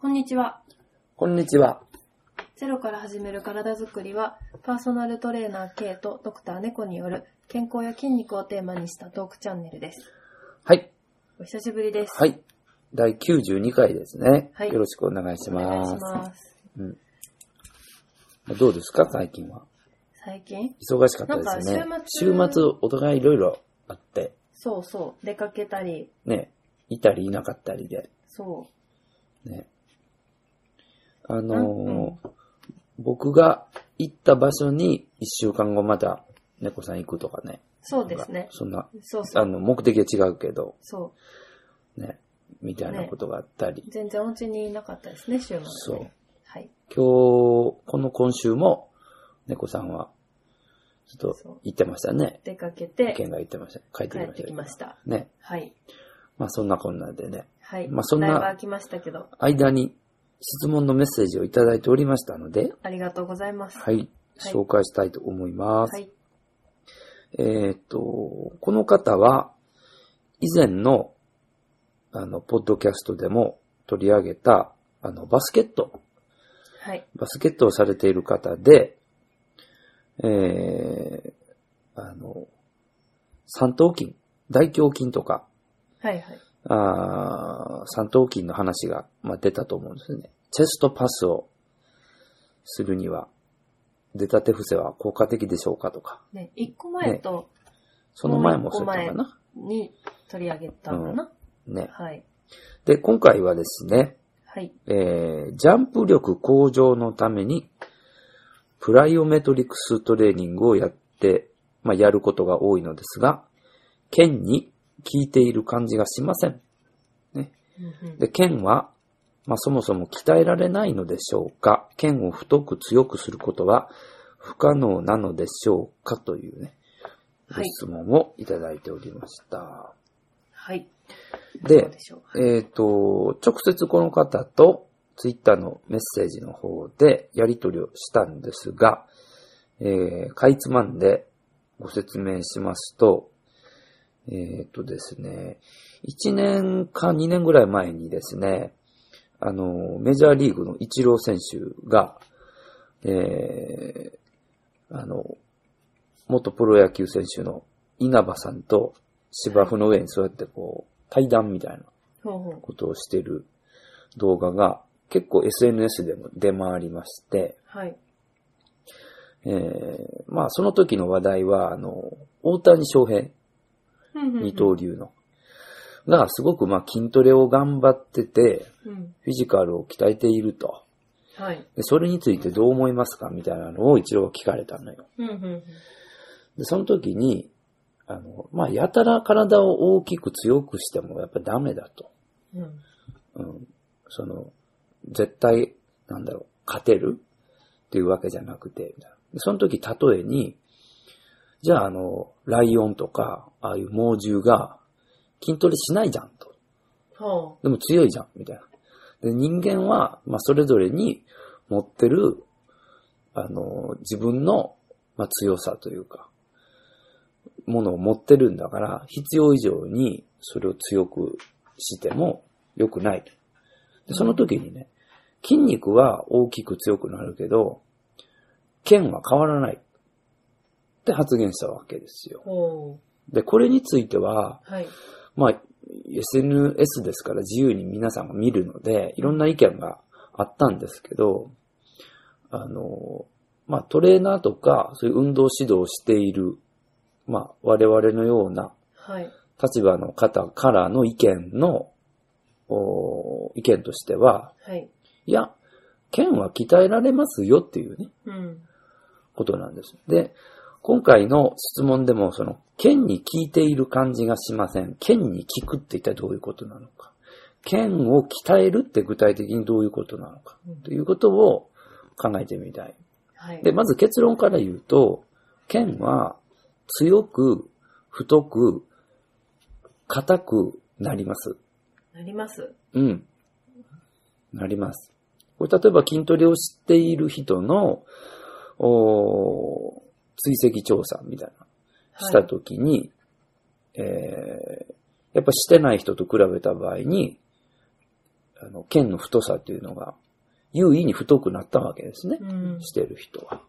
こんにちは。こんにちは。ゼロから始める体づくりは、パーソナルトレーナー K とドクター猫による健康や筋肉をテーマにしたトークチャンネルです。はい。お久しぶりです。はい。第92回ですね。はいよろしくお願いしお願います。します。うん。どうですか最近は。最近忙しかったですよね。なんか週末お互いいろいろあって、そうそう、出かけたり、ね、いたりいなかったりで、そね。あう。なんうんのー僕が行った場所に1週間後また猫さん行くとかね。そうですね。そんな、そうそあう。の、目的は違うけど、そね、みたいなことがあったりう。。全然お家にいなかったですね、週末。そう。はい。今日、この今週も、猫さんは、ちょっそうと、行ってましたね。出かけ意て、見が行ってました。書いて帰きまっしたてけきど。ました。ね。はい。まあ、そんなこんなでね、はい。まあそんなだいぶ空きましたけど、間に質問のメッセージをいただいておりましたので、ありがとうございます。はい、紹介したいと思います。はい。えーっと、この方は、以前の、あの、ポッドキャストでも取り上げた、あの、バスケット。はい。バスケットをされている方で、えー、あの、三頭筋、大胸筋とか、はいはい。あー三頭筋の話が、まあ、出たと思うんですね。チェストパスをするには、出たて伏せは効果的でしょうかとか、ね、一個前とその前もそうだったかな。に取り上げたのかな、ね。はい。で、今回はですね、はい。えージャンプ力向上のために、プライオメトリクストレーニングをやって、まあ、やることが多いのですが、剣に効いている感じがしません。うんうんで、剣は、まあ、そもそも鍛えられないのでしょうか剣を太く強くすることは不可能なのでしょうかというね、はごい質問をいただいておりました。はい。でどうでしょう。えっ、と、直接この方とツイッターのメッセージの方でやり取りをしたんですが、えー、かいつまんでご説明しますと、えっ、とですね、1年か2年ぐらい前にですね、あの、メジャーリーグのイチロー選手が、えー、あの、元プロ野球選手の稲葉さんと芝生の上に座ってこう、対談みたいなほうほう。ことをしてる動画が結構 SNS でも出回りまして、はい。えーまあその時の話題は、あの、大谷翔平二二刀流。流の、がすごくまあ筋トレを頑張ってて、うん。フィジカルを鍛えていると。はい。でそれについてどう思いますかみたいなのを一応聞かれたのよ。うんうんうん。で、その時に、あの、まあ、やたら体を大きく強くしてもやっぱダメだと。うん。うん、その、絶対、なんだろう、勝てるっていうわけじゃなくて、みたいなでその時、例えに、じゃあ、あの、ライオンとか、ああいう猛獣が、筋トレしないじゃん、と。ほでも強いじゃん、みたいな。で、人間は、まあ、それぞれに持ってる、あの、自分の、まあ、強さというか、ものを持ってるんだから、必要以上にそれを強くしても良くないと。で、その時にね、筋肉は大きく強くなるけど、剣は変わらない。って発言したわけですう。よ。ほで、これについては、う。はい。まあ、SNS ですから自由に皆さんが見るので、いろんな意見があったんですけど、あの、まあトレーナーとか、そういう運動指導をしている、まあ我々のようなはい。立場の方からの意見の、お意見としては、はい。いや、剣は鍛えられますよっていうね、うん。ことなんです。で、今回の質問でも、その、剣に効いている感じがしません。剣に効くって一体どういうことなのか。剣を鍛えるって具体的にどういうことなのか。うんということを考えてみたい。はい。で、まず結論から言うと、剣は強く、太く、硬くなります。なります。うん。なります。これ例えば筋トレをしている人の、おー追跡調査みたいな、はしい。たときに、えーやっぱしてない人と比べた場合に、あの、剣の太さというのが、優位に太くなったわけですね。うん。してる人は。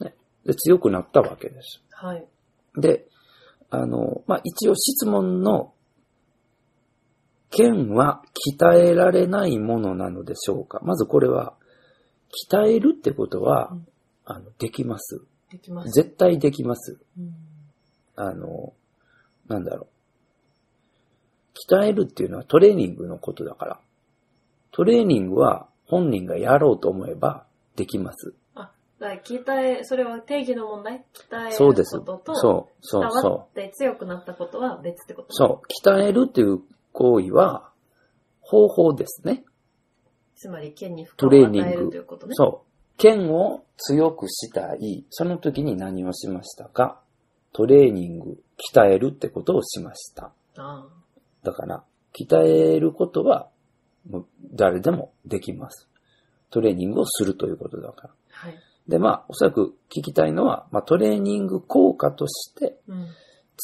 ね。で、強くなったわけです。はい。で、あの、まあ、一応質問の、剣は鍛えられないものなのでしょうかまずこれは、鍛えるってことは、うんあの、できます。できます。絶対できます。うん。あの、なんだろう。鍛えるっていうのはトレーニングのことだから。トレーニングは本人がやろうと思えばできます。だから鍛え、それは定義の問題鍛えそうでるす。こそとうと、、そう、伝そうわ。って強くなったことは別ってことう。そう、鍛えるっていう行為は、方法ですね。つまり、剣に負トレーニング与えるということね。そう。剣を強くしたい。その時に何をしましたかトレーニング、鍛えるってことをしました。あだから、鍛えることは、もう誰でもできます。トレーニングをするということだから。あはい。で、まあ、おそらく聞きたいのは、まあ、トレーニング効果として、うん。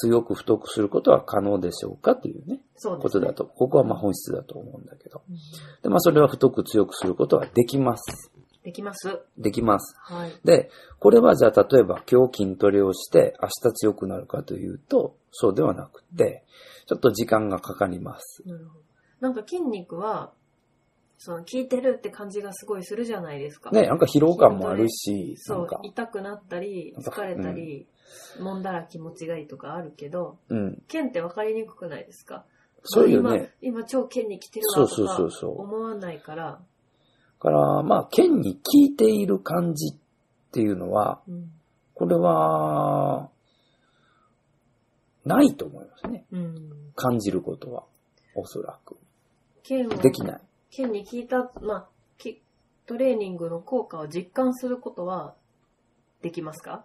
強く太くすることは可能でしょうかというね、そうでこす、とね。だと。ここはまあ本質だと思うんだけど。うんで、まあ、それは太く強くすることはできます。できます。できます。はい。で、これはじゃあ例えば今日筋トレをして明日強くなるかというと、そうではなくて、ちょっと時間がかかります。なるほど。なんか筋肉は、その、効いてるって感じがすごいするじゃないですか。ね、なんか疲労感もあるし、なそんうか、、痛くなったり、なんか疲れたり、揉んだら気持ちがいいとかあるけど、うん、剣って分かりにくくないですかそうよね。今、今超剣に来てるそうわそうとそかうそう。思わないから、だから、まあ、剣に効いている感じっていうのは、うん。これは、ないと思いますね。うん。感じることは、おそらく。剣を、できない。剣に効いた、まあ、きトレーニングの効果を実感することはできますか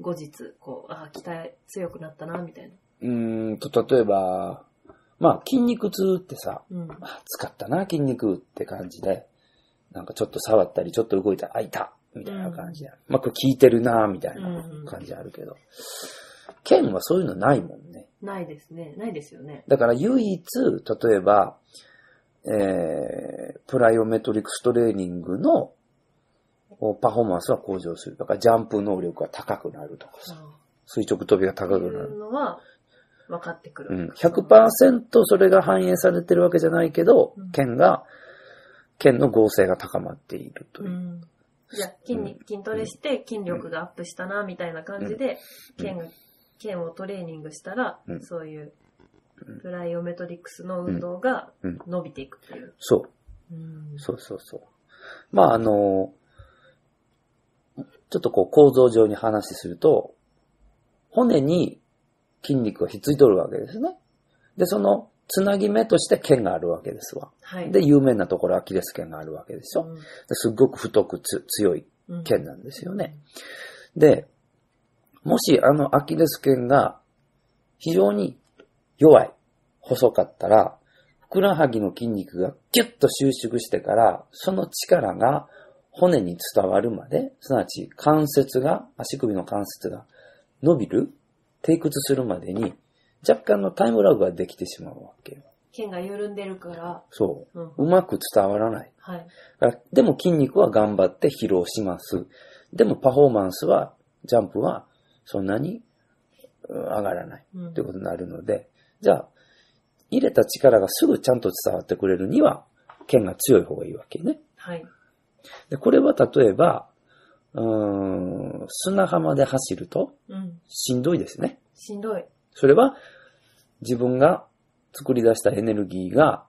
後日、こう、ああ、鍛え強くなったな、みたいな。うーんと、例えば、まあ、筋肉痛ってさ、うん。まあ、使ったな、筋肉って感じで、なんかちょっと触ったり、ちょっと動いたら、あ、いたみたいな感じで、まあ、これ効いてるな、みたいな感じあるけど、剣はそういうのないもんね。ないですね。ないですよね。だから唯一、例えば、えー、プライオメトリクストレーニングのおパフォーマンスは向上する。だからジャンプ能力が高くなるとかさ、あ垂直跳びがあ高ってくいなるう。のは分かってくる。うん、100%それが反映されてるわけじゃないけどうん、県が、県の合成が高まっているというう。ん。じゃあ筋肉、筋トレして筋力がアップしたな、みたいな感じで、うん剣が、剣をトレーニングしたら、うんそういううん、プライオメトリクスの運動がうん伸びていくっていう。そう、うんそうそうそう。まあ、あの、ちょっとこう構造上に話すると、骨に筋肉がひっついとるわけですね。で、そのつなぎ目として腱があるわけですわ。はい。で、有名なところアキレス腱があるわけでしょ。ですっごく太くつ強いうん、腱なんですよね。で、もしあのアキレス腱が非常に弱い、細かったら、ふくらはぎの筋肉がギュッと収縮してから、その力が骨に伝わるまで、すなわち関節が、足首の関節が伸びる、低屈するまでに、若干のタイムラグができてしまうわけよ。剣が緩んでるから、そうんう。うまく伝わらない。はい。だからでも筋肉は頑張って疲労します。でもパフォーマンスは、ジャンプはそんなにうん上がらないうんということになるので、じゃあ、入れた力がすぐちゃんと伝わってくれるには、剣が強い方がいいわけね。はい。でこれは例えば、うーん、砂浜で走るとうん。しんどいですね。しんどい。それは自分が作り出したエネルギーが、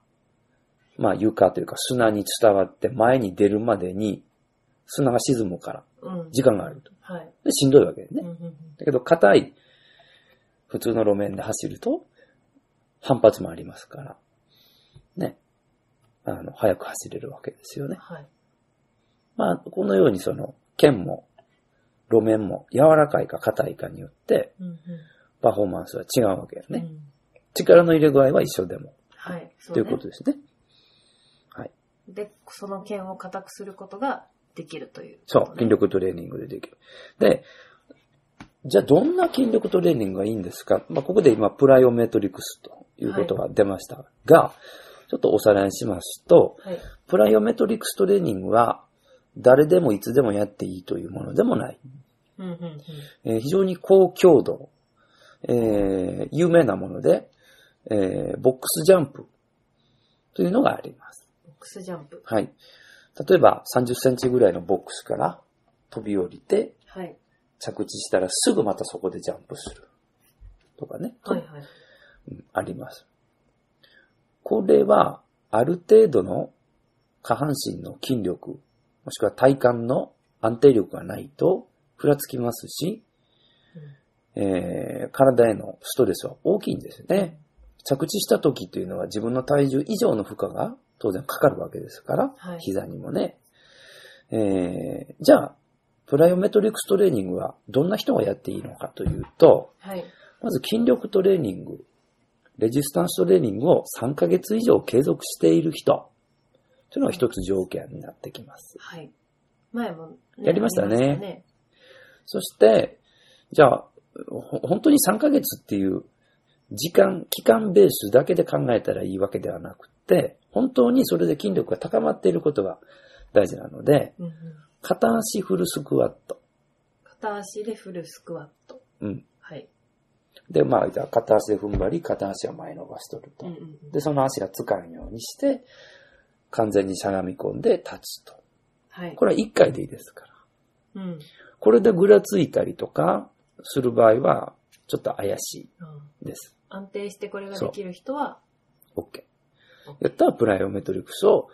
まあ床というか砂に伝わって前に出るまでに砂が沈むからうん。時間があると。はい。で、しんどいわけだようんね。うんうんだけど硬い普通の路面で走ると反発もありますから、ね。あの、早く走れるわけですよね。はい。まあ、このようにその、剣も路面も柔らかいか硬いかによってうんうんパフォーマンスは違うわけだようね。ん力の入れ具合は一緒でも。はい。そというねことですね。で、その剣を硬くすることができるという。そう、筋。力トレーニングでできる。で、じゃあどんな筋力トレーニングがいいんですかまあ、ここで今、プライオメトリクスということが出ましたが、ちょっとおさらいしますと、はい。プライオメトリックストレーニングは、誰でもいつでもやっていいというものでもない。うんうんうん。えー非常に高強度、えー有名なもので、えーボックスジャンプというのがあります。ボックスジャンプ。はい。例えば30センチぐらいのボックスから飛び降りてはい。着地したらすぐまたそこでジャンプする。とかね。はいはい。うんあります。これは、ある程度の下半身の筋力、もしくは体幹の安定力がないと、ふらつきますし、えー体へのストレスは大きいんですよね。着地した時っていうのは自分の体重以上の負荷が当然かかるわけですから、はい膝にもね。えーじゃあ、プライオメトリックストレーニングはどんな人がやっていいのかというと、はい。まず筋力トレーニング、レジスタンストレーニングを3ヶ月以上継続している人、というのが一つ条件になってきます。はい。前もね、やりましたねあねそして、じゃあ、ほ本当に3ヶ月っていう時間、期間ベースだけで考えたらいいわけではなくて、本当にそれで筋力が高まっていることが大事なので、うんうん。片足フルスクワット。片足でフルスクワット。うん。はい。で、まあ、じゃあ片足で踏ん張り、片足は前伸ばしとると。うんうんうん。で、その足がつかんようにして、完全にしゃがみ込んで立つと。はい。これは1回でいいですから。うん。うんこれでぐらついたりとかする場合は、ちょっと怪しいです。安定してこれができる人は、 OK。やったらプライオメトリクスを、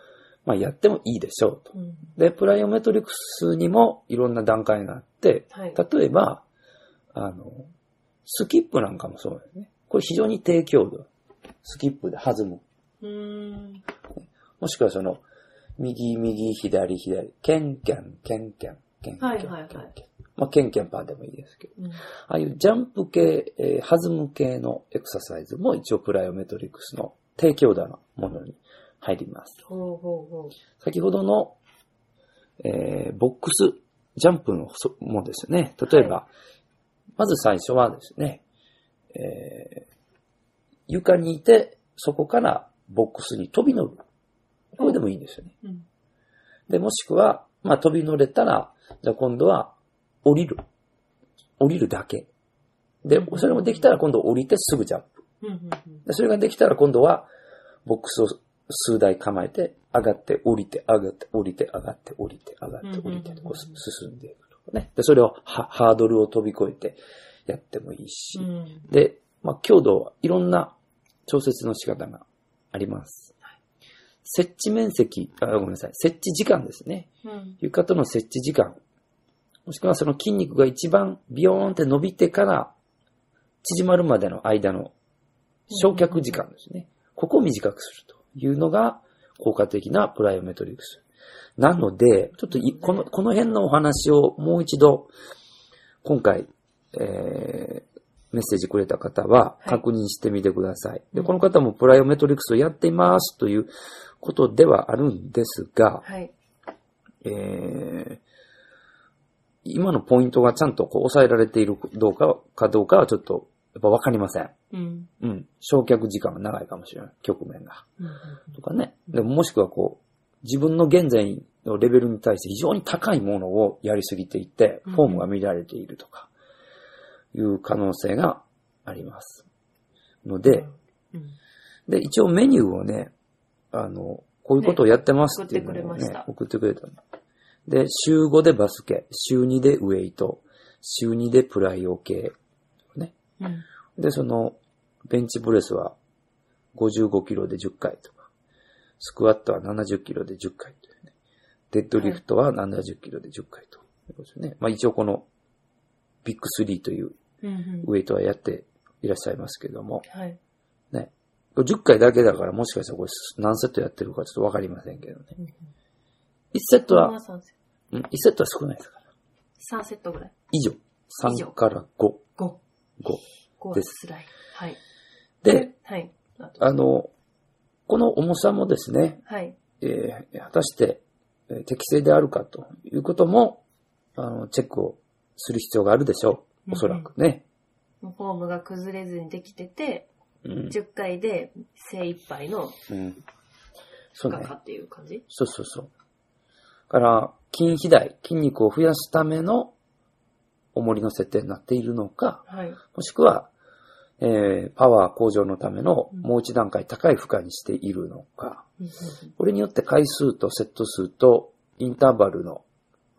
まあ、やってもいいでしょうと。うん。で、プライオメトリクスにもいろんな段階があって、はい。例えば、あの、スキップなんかもそうだよね。これ非常に低強度。スキップで弾む。うーん。もしくはその、右、右、左、左、ケンケン、ケンケン、ケンケン、はいはいはいケンケンまあ、ケンケンパーでもいいですけど、うんああいうジャンプ系、えー弾む系のエクササイズも一応プライオメトリクスの低強度なものに入ります。ほうほうほう。先ほどの、えーボックス、ジャンプのそもですね、例えば、まず最初はですね、えー床にいて、そこからボックスに飛び乗る。これでもいいんですよね。うん。で、もしくは、まあ、飛び乗れたら、じゃあ今度は降りる。降りるだけ。で、それもできたら今度降りてすぐジャンプ。うんうんうん。で、それができたら今度は、ボックスを数台構えて、上がって降りて、上がって降りて、上がって降りて、上がって降りてうんうんうんう、んこうす進んでいくとかね。で、それをハハードルを飛び越えてやってもいいし。うん。で、まあ、強度はいろんな調節の仕方があります。設置面積、あごめんなさい、設置時間ですね。うん。床との接地時間、もしくはその筋肉が一番ビヨーンって伸びてから縮まるまでの間の焼却時間ですね。ここを短くするというのが効果的なプライオメトリクス。なので、ちょっといこの、この辺のお話をもう一度、今回、えー、メッセージくれた方ははい確認してみてください。うで、んこの方もプライオメトリクスをやっていますということではあるんですが、はい。えー今のポイントがちゃんとこう抑えられているかどうかかどうかはちょっとやっぱわかりません。うん。うん。焼却時間が長いかもしれない。局面が。うんうんとかね。でももしくはこう、自分の現在のレベルに対して非常に高いものをやりすぎていて、うんフォームが乱れているとか、いう可能性があります。ので、うん。で、一応メニューをね、あの、こういうことをやってますっていうのをね送ってくれましたね、送ってくれたの。で、週5でバスケ、週2でウェイト、週2でプライオ系。うん。で、その、ベンチプレスは55キロで10回とか、スクワットは70キロで10回というね。デッドリフトは70キロで10回ということですね。まあ一応この、ビッグ3といううんうん。ウェイトはやっていらっしゃいますけども、はい。 10回だけだからもしかしたらこれ何セットやってるかちょっとわかりませんけどね。うんうん1セットまはあ、三セッうん1セットは少ないですから。ト3セットぐらい。以上。以上3から5。 5。 5。 5でですスライ。はい。で、はい。あとあの、この重さもですね、はい。えー果たしてえー適正であるかということも、あの、チェックをする必要があるでしょう。おそらくね。フォームが崩れずにできてて、うん。 10回で精一杯のうんそうがねか。っていう感じそうそうそう。だから、筋肥大、筋肉を増やすための重りの設定になっているのか、はい。もしくは、えー、パワー向上のためのもう一段階高い負荷にしているのか、うんうんこれによって回数とセット数とインターバルの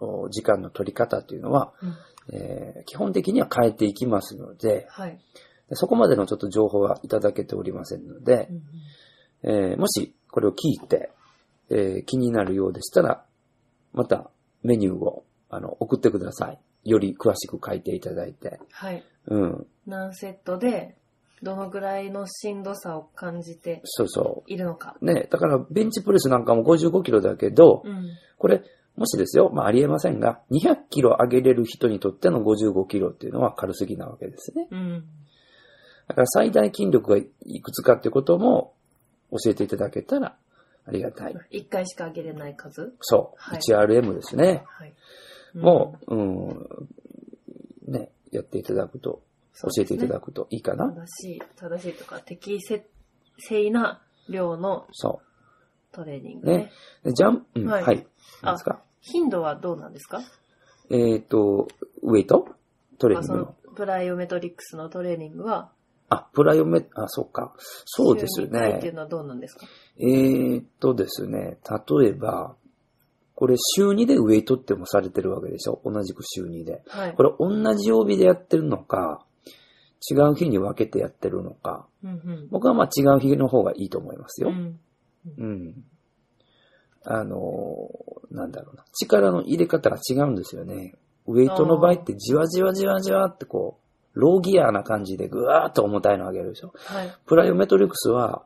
お時間の取り方というのは、うんうんえー基本的には変えていきますので、はい。そこまでのちょっと情報はいただけておりませんのでうんう、んえーもしこれを聞いて、えー気になるようでしたら、またメニューをあの送ってください。より詳しく書いていただいて。はい。うん。何セットで、どのぐらいのしんどさを感じてそうそいるのか。う。ね、だからベンチプレスなんかも55キロだけど、うん。これ、もしですよ、まあ、ありえませんが、200キロ上げれる人にとっての55キロっていうのは軽すぎなわけですね。うん。だから最大筋力がいくつかっていうことも教えていただけたらありがたい。一回しかあげれない数そう。はい 1RM ですね。はい。もう、うん、ね、やっていただくと、そう教でえてすいねただくといいかな。正しい、正しいとか、適正正な量のそトレーニングね。ねう。でジャンプ、うん、は。はいいはい、あなんですか頻度はどうなんですかえっ、と、ウェイトトレーあニンそグのの。プライオメトリックスのトレーニングは、あ、プライオメ、あ、そうか。そうですよ週に一回っていうね。のはどうなんですかえーっとですね、例えば、これ週2でウェイトってもされてるわけでしょ同じく週2で。はいこ。れ同じ曜日でやってるのか、違う日に分けてやってるのか、うんうん僕はまあ違う日の方がいいと思いますよ。うんうん。あのー、なんだろうな。力の入れ方が違うんですよね。ウェイトの場合ってじわじわじわじわってこう、ローギアな感じでぐわーっと重たいの上げるでしょ。はい。プライオメトリクスは、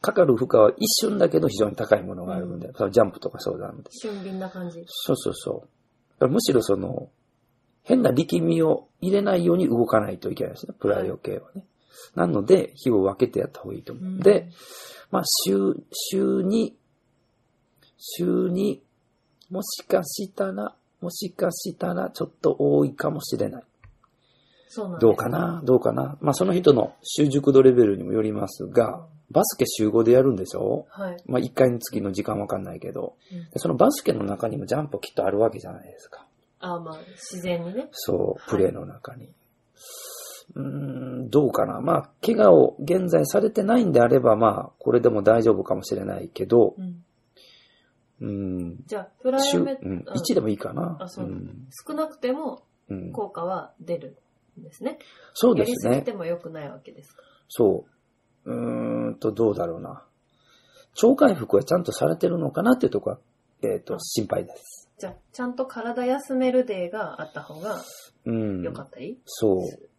かかる負荷は一瞬だけど非常に高いものがあるので、そのジャンプとかそうなんで。俊敏な感じ。そうそうそう。だからむしろその、変な力みを入れないように動かないといけないですね。プライオ系はね。なので、日を分けてやった方がいいと思う。うんん、で、まあ、週、週に、週に、もしかしたら、もしかしたら、ちょっと多いかもしれない。そうなんですどうかなどうかなまあ、その人の習熟度レベルにもよりますが、バスケ週5でやるんでしょはい。まあ、1回につきの時間わかんないけど、うんでそのバスケの中にもジャンプきっとあるわけじゃないですか。あまあ、自然にね。そう、はプいレーの中に。うーん、どうかなまあ、怪我を現在されてないんであれば、まあ、これでも大丈夫かもしれないけど、うんうん、じゃあ、プライ週、オうメ、ん、あ1でもいいかな。あそうん少なくてもうん効果は出るんですね。そうやでりすすぎねて。も良くないわけですか。そう。うーんと、どうだろうな。超回復はちゃんとされてるのかなっていうとこは、えっ、と、あ心配です。じゃあ、ちゃんと体休めるデーがあった方がうん。良かったりそうす。る。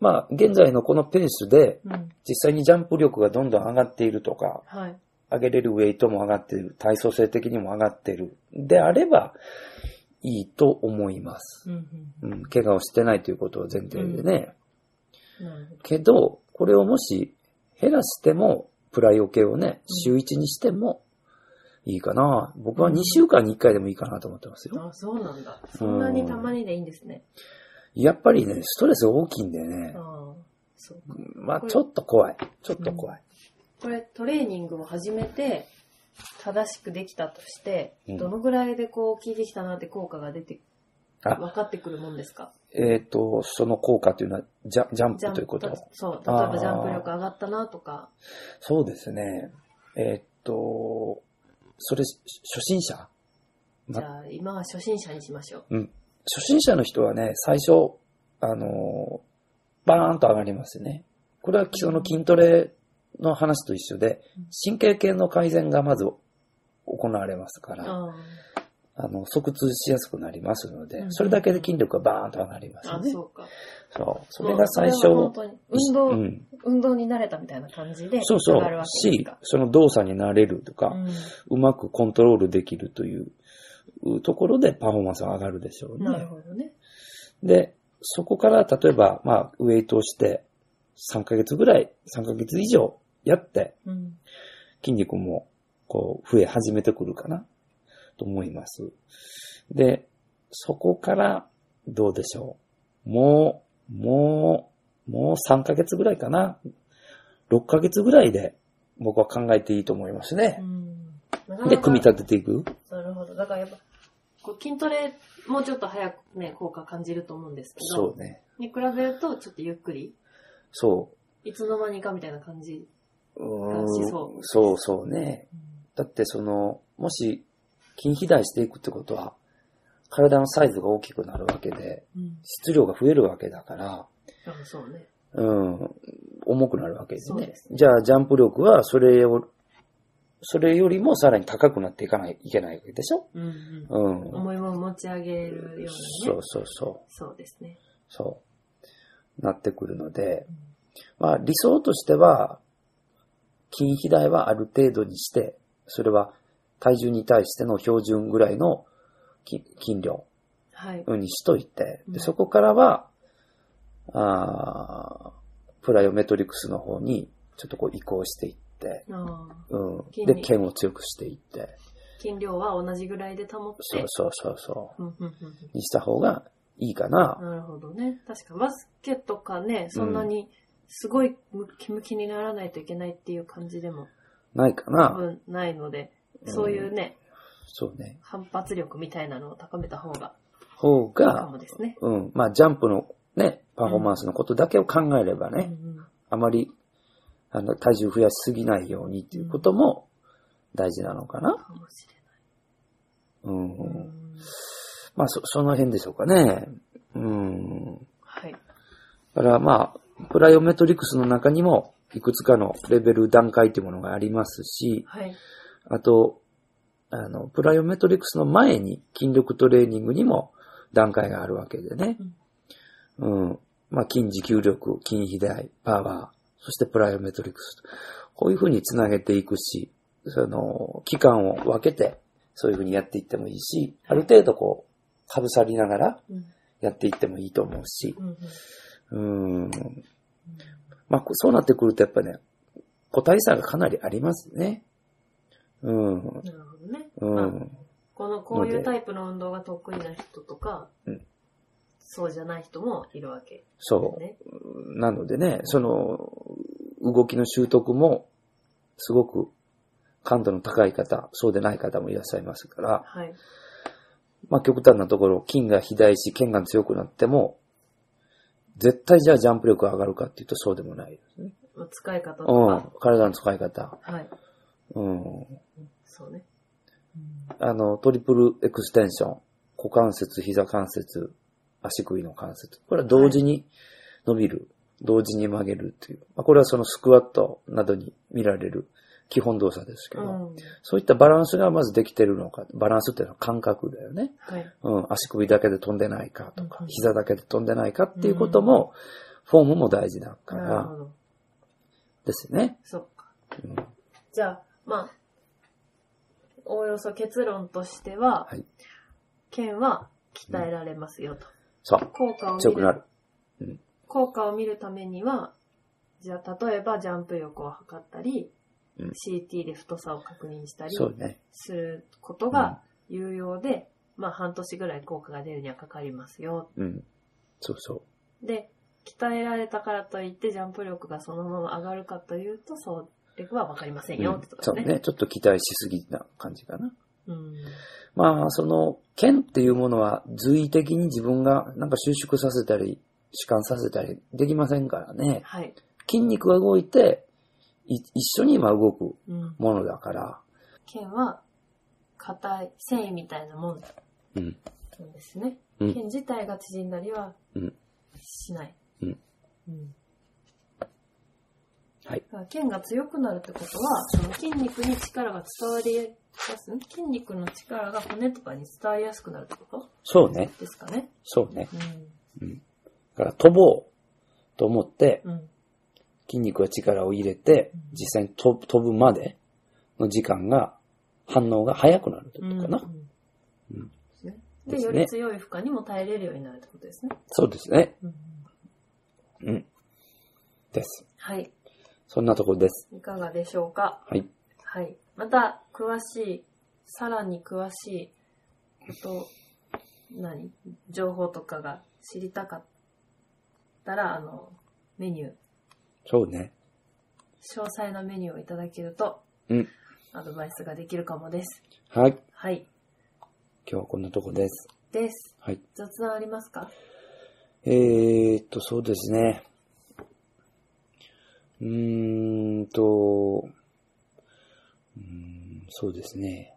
まあ、現在のこのペースで、うん。実際にジャンプ力がどんどん上がっているとか、はい。上げれるウェイトも上がってる、体操性的にも上がってる。であれば、いいと思います。うんうん、怪我をしてないということを前提でね。うん。なるほど。けど、これをもし減らしても、プライオ系をね、週1にしてもいいかな。僕は2週間に1回でもいいかなと思ってますよ。あ、そうなんだ。そんなにたまにでいいんですね。やっぱりね、ストレス大きいんでねあ。あ、そうか。まあちょっと怖い。ちょっと怖い。これ、トレーニングを始めて、正しくできたとして、うんどのぐらいでこう、効いてきたなって効果が出て、あ分かってくるもんですかえっ、と、その効果というのはジャジャンジャプンということたそう、例えあーばジャンプ力上がったなとか、そうですね。えーっと、それ、し初心者じまゃあ今は初心者にしましょう。初心者の人はね、最初、あのー、バーンと上がりますね。これは基礎の筋トレの話と一緒でうん、神経系の改善がまず行われますから、ああの、即通しやすくなりますのうで、んそれだけで筋力がバーンと上がりますーあ、ね。そうか。そう。それが最初、もうこれは本当に運動、うん、運動に慣れたみたいな感じで、そうそ上がるうわ、けですしか、。その動作に慣れるとか、う、うまくコントロールできるというところでパフォーマンスが上がるでしょうんなるね。ほどね。で、そこから例えば、まあ、ウェイトをして3ヶ月ぐらい、3ヶ月以上やって、うん。筋肉もこう、増え始めてくるかなと思います。で、そこからどうでしょう。もう、もう、もう3ヶ月ぐらいかな。6ヶ月ぐらいで僕は考えていいと思いますね。うんなかなかで、組み立てていくなるほど。だからやっぱ、こう筋トレもうちょっと早くね、効果感じると思うんですけど、そうね。に比べるとちょっとゆっくり、そいつの間にかみたいな感じ。う。うーんしそうそうそうね。だってその、もし筋肥大していくってことは、体のサイズが大きくなるわけで、うん。質量が増えるわけだから、あそうね。うん、重くなるわけですそうねで。すじゃあ、ジャンプ力はそれを、それよりもさらに高くなっていかない、いけないわけでしょうんうん。うん。重いもの持ち上げるようそなうね。そうそう。そうですね。そう。なってくるので、まあ理想としては、筋肥大はある程度にして、それは体重に対しての標準ぐらいの筋筋量はい。にしといて、うんでそこからは、あープライオメトリクスの方にちょっとこう移行していって、ああうん、筋で、肉腱を強くしていって、筋量は同じぐらいで保って。そうそうそうそうんうんうんう、にした方がいいかなう。んなるほどね。確かバスケとかね、そんなにすごいムキムキにならないといけないっていう感じでもないか多な。分ないので、そういうね、そうね。反発力みたいなのを高めた方が方いいかが、もですね。うん、まあジャンプのね、パフォーマンスのことだけを考えればね、うんうんあまり、あの、体重増やしすぎないようにっていうことも大事なのかな。かもしれうん。ない。うんまあ、そ、その辺でしょうかね。うん。はい。だからまあ、プライオメトリクスの中にも、いくつかのレベル段階というものがありますし、はい。あと、あの、プライオメトリクスの前に筋力トレーニングにも段階があるわけでね。うん。まあ、筋持久力、筋肥大、パワー、そしてプライオメトリクス。こういうふうにつなげていくし、その、期間を分けて、そういうふうにやっていってもいいし、ある程度こう、かぶさりながらうんやっていってもいいと思うし、うんうんうん。まあ、そうなってくるとやっぱね、個体差がかなりありますね。うん。なるほどね。うまあん。この、こういのうでタイプの運動が得意な人とかうん、そうじゃない人もいるわけそう。ね。なのでね、その、動きの習得も、すごく、感度の高い方、そうでない方もいらっしゃいますから、はい。まあ極端なところ、筋が肥大し、腱が強くなっても、絶対じゃあジャンプ力が上がるかっていうとそうでもないですね。まあ使い方とうかん。。体の使い方。はい。うん。そうね。あの、トリプルエクステンション。股関節、膝関節、足首の関節。これは同時に伸びる。同時に曲げるっていう。まあ、これはそのスクワットなどに見られる基本動作ですけうど、ん。そういったバランスがまずできてるのか。バランスっていうのは感覚だよね。はい。うん、足首だけで飛んでないかとか、うん膝だけで飛んでないかっていうことも、フォームも大事だかなるほら、ど。ですね。そっか。うんじゃあ、まあ、おおよそ結論としてははい、腱は鍛えられますよと。そう、効果を見強くなる、る。効果を見るためには、じゃあ、例えばジャンプ力を測ったり、うん CT で太さを確認したりそうね。することが有用で、まあ、半年ぐらい効果が出るにはかかりますようん。そうそう。で、鍛えられたからといってジャンプ力がそのまま上がるかというと、それはわかりませんよってことそうですね。ね。ちょっと期待しすぎな感じかな。うん。まあ、その、剣っていうものは随意的に自分がなんか収縮させたり、弛緩させたりできませんからね。はい。筋肉が動いて、い一緒に今動くうん。ものだから。剣は、硬い、繊維みたいなもんうん。なんですね。うん剣自体が縮んだりはうんしない。うん。うん。はい。だから剣が強くなるってことは、その筋肉に力が伝わりやす、筋肉の力が骨とかに伝わりやすくなるってことそうね。ですかね。そうね。うだから飛ぼうと思って、ん。うん。筋肉が力を入れてうん、実際に飛ぶ飛ぶまでの時間が、反応が早くなるってことかな。うんうんでですよねり強い負荷にも耐えれるようになるってことですね。そうですね。うん、うん。です。はい。そんなところです。いかがでしょうかはい。はい。また、詳しい、さらに詳しい、こと、何情報とかが知りたかったら、あの、メニュー、そうね。詳細なメニューをいただけると、うんアドバイスができるかもです。はい。今はい。日はこんなとこです。です。はい。雑談ありますかえーっと、そうですね。うーんと、うーん、そうですね。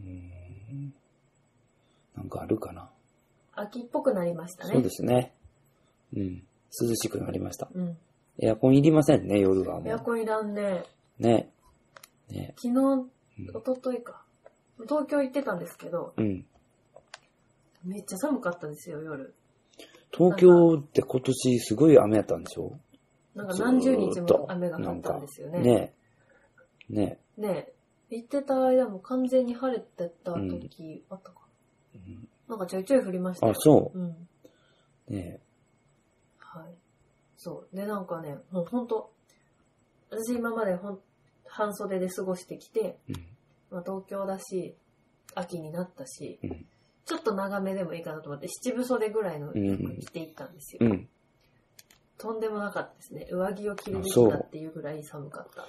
うーん、なんかあるかな。秋っぽくなりましたね。そうですね。うん。涼しくなりました。うん。エアコンいりませんね、夜はもエアう。コンいらんね。ね。ね。昨日、うん一昨日か。東京行ってたんですけど、うん。めっちゃ寒かったですよ、夜。東京って今年すごい雨やったんでしょなんか何十日も雨がずー降っっとたんですよなね。んかね。ね。ねえ行ってた間も完全に晴れてた時あったかうんな。なんかちょいちょい降りましたあよ、。。そううん。う。ね。はい。そう。で、なんかね、もうほんと、私今までほん、半袖で過ごしてきて、うん。まあ、東京だし、秋になったし、うんちょっと長めでもいいかなと思って、七分袖ぐらいの服着ていったんですよ。うん。とんでもなかったですね。上着を着るべきだっていうぐらい寒かった。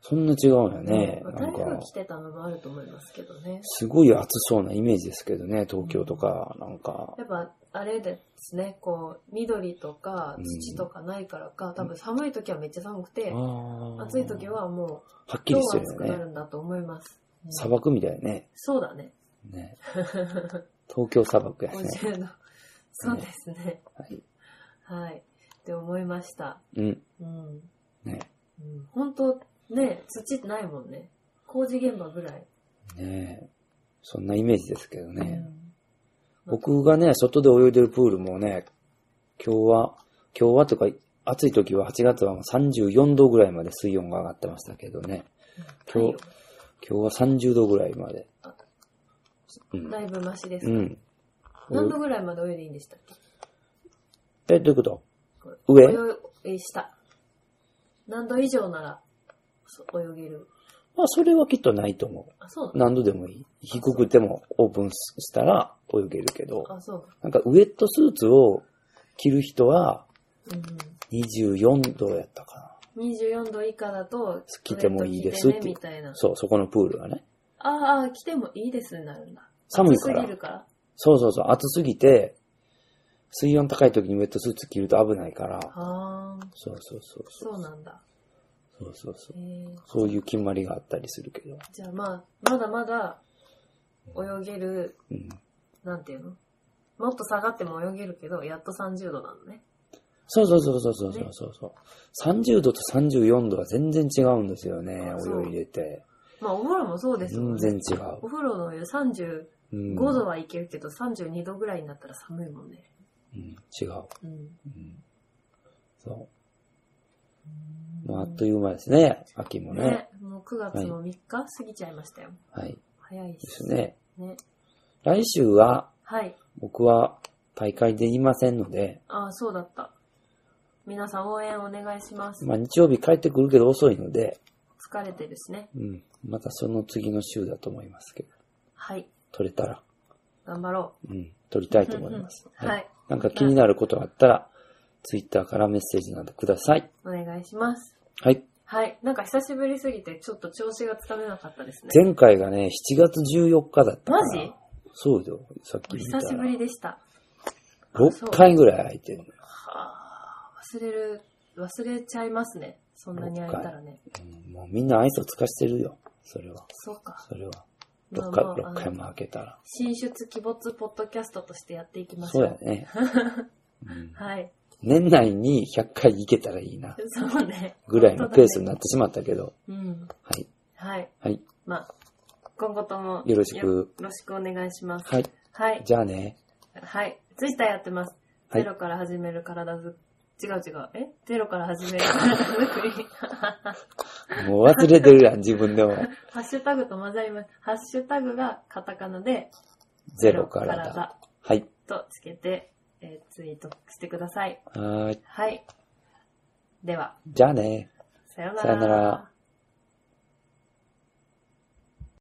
そんな違うんやね。まあな台ん風か、来てたのもあると思いますけどね。すごい暑そうなイメージですけどね、東京とか、なんか。やっぱ、あれですね、こう、緑とかうん土とかないからか、多分寒い時はめっちゃ寒くて、ああ。暑い時。はもう、はっき今り日しては暑るよくなねる。んだと思います。うん砂漠みたいやね。そうだね。 ね。東京砂漠やおね。じの。そうですね。はい。はい。って思いました。うん。うん。ね。うん、本当ね、土ないもんね。工事現場ぐらい。ねえ。そんなイメージですけどね。うん僕がね、外で泳いでるプールもね、今日は、今日はというか、暑い時は8月は34度ぐらいまで水温が上がってましたけどね。太陽今日は30度ぐらいまで。うん。だいぶマシですうか、ん。何度ぐらいまで泳いでいいんでしたっけえ、どういうことこれ上泳いした。何度以上ならそう泳げる。まあ、それはきっとないと思あ、そうう。何度でもいい。低くてもオープンしたら泳げるけどな、のあ、そう。なんかウエットスーツを着る人はうん24度やったかうん、24度以下だと、着てもいいですって着てねみたいなな。。そう、そこのプールはね。ああ、着てもいいですになるんだ。寒いから暑すぎるから。そうそうそう、暑すぎて、水温高い時にウェットスーツ着ると危ないから、ああ、そうそうそうそう。そうなんだ。そうそうそへう。えそういう決まりがあったりするけど。じゃあまあ、まだまだ泳げる、うん。なんていうのもっと下がっても泳げるけど、やっと30度なのね。そうそうそうそうそうそうそう。30度と34度は全然違うんですよね、あそう泳いでて。まあ、お風呂もそうですも全ん然ね。違うお。風呂のお湯35うん、度はいけるけど、32度ぐらいになったら寒いもんね。うん、違う。うん。うん、そう。もうあっという間ですね、秋もね。ね、もう9月の3日過ぎちゃいましたよ。はい。で早いし。すね。ね。来週は、はい。僕は大会でいませんので、ああ、そうだった。皆さん応援お願いします。まあ日曜日帰ってくるけど遅いので、疲れてるしね。うん、またその次の週だと思いますけど、はい。取れたら、頑張ろうん、取りたいと思います。う。はい。なんか気になることがあったら、ツイッターからメッセージなどください。お願いします。はい。はい。なんか久しぶりすぎて、ちょっと調子がつかめなかったですね。前回がね、7月14日だったから。マジそうよ。さっおき見た久ら。しぶりでした。 6回ぐらい空いてるのよ。はあ、忘れる、忘れちゃいますね。そんなに会えたらね。うんもうみんな愛想つかしてるよ。それは。そうか。それは。まあ6ま回、あ六回あのも開けたら。進出鬼没ポッドキャストとしてやっていきましょ。そううや ね。うんはい。年内に100回行けたらいいな。そうね。ぐらいのペースにななってしまったけど。うん。はい。はい。はい。まあ、今後ともよろしくよろしくお願いします。はい。はい。じゃあね。はい。ツイッターやってます。はいゼロから始める体づく、違う違う。えゼロから始める体づくり。 もう忘れてるやん、自分 でも。ハッシュタグと混ざります。ハッシュタグがカタカナで、ゼロからだ。はい。とつけて、えーツイートしてください。はーい。はい。では、じゃあね。さようなら。さようなら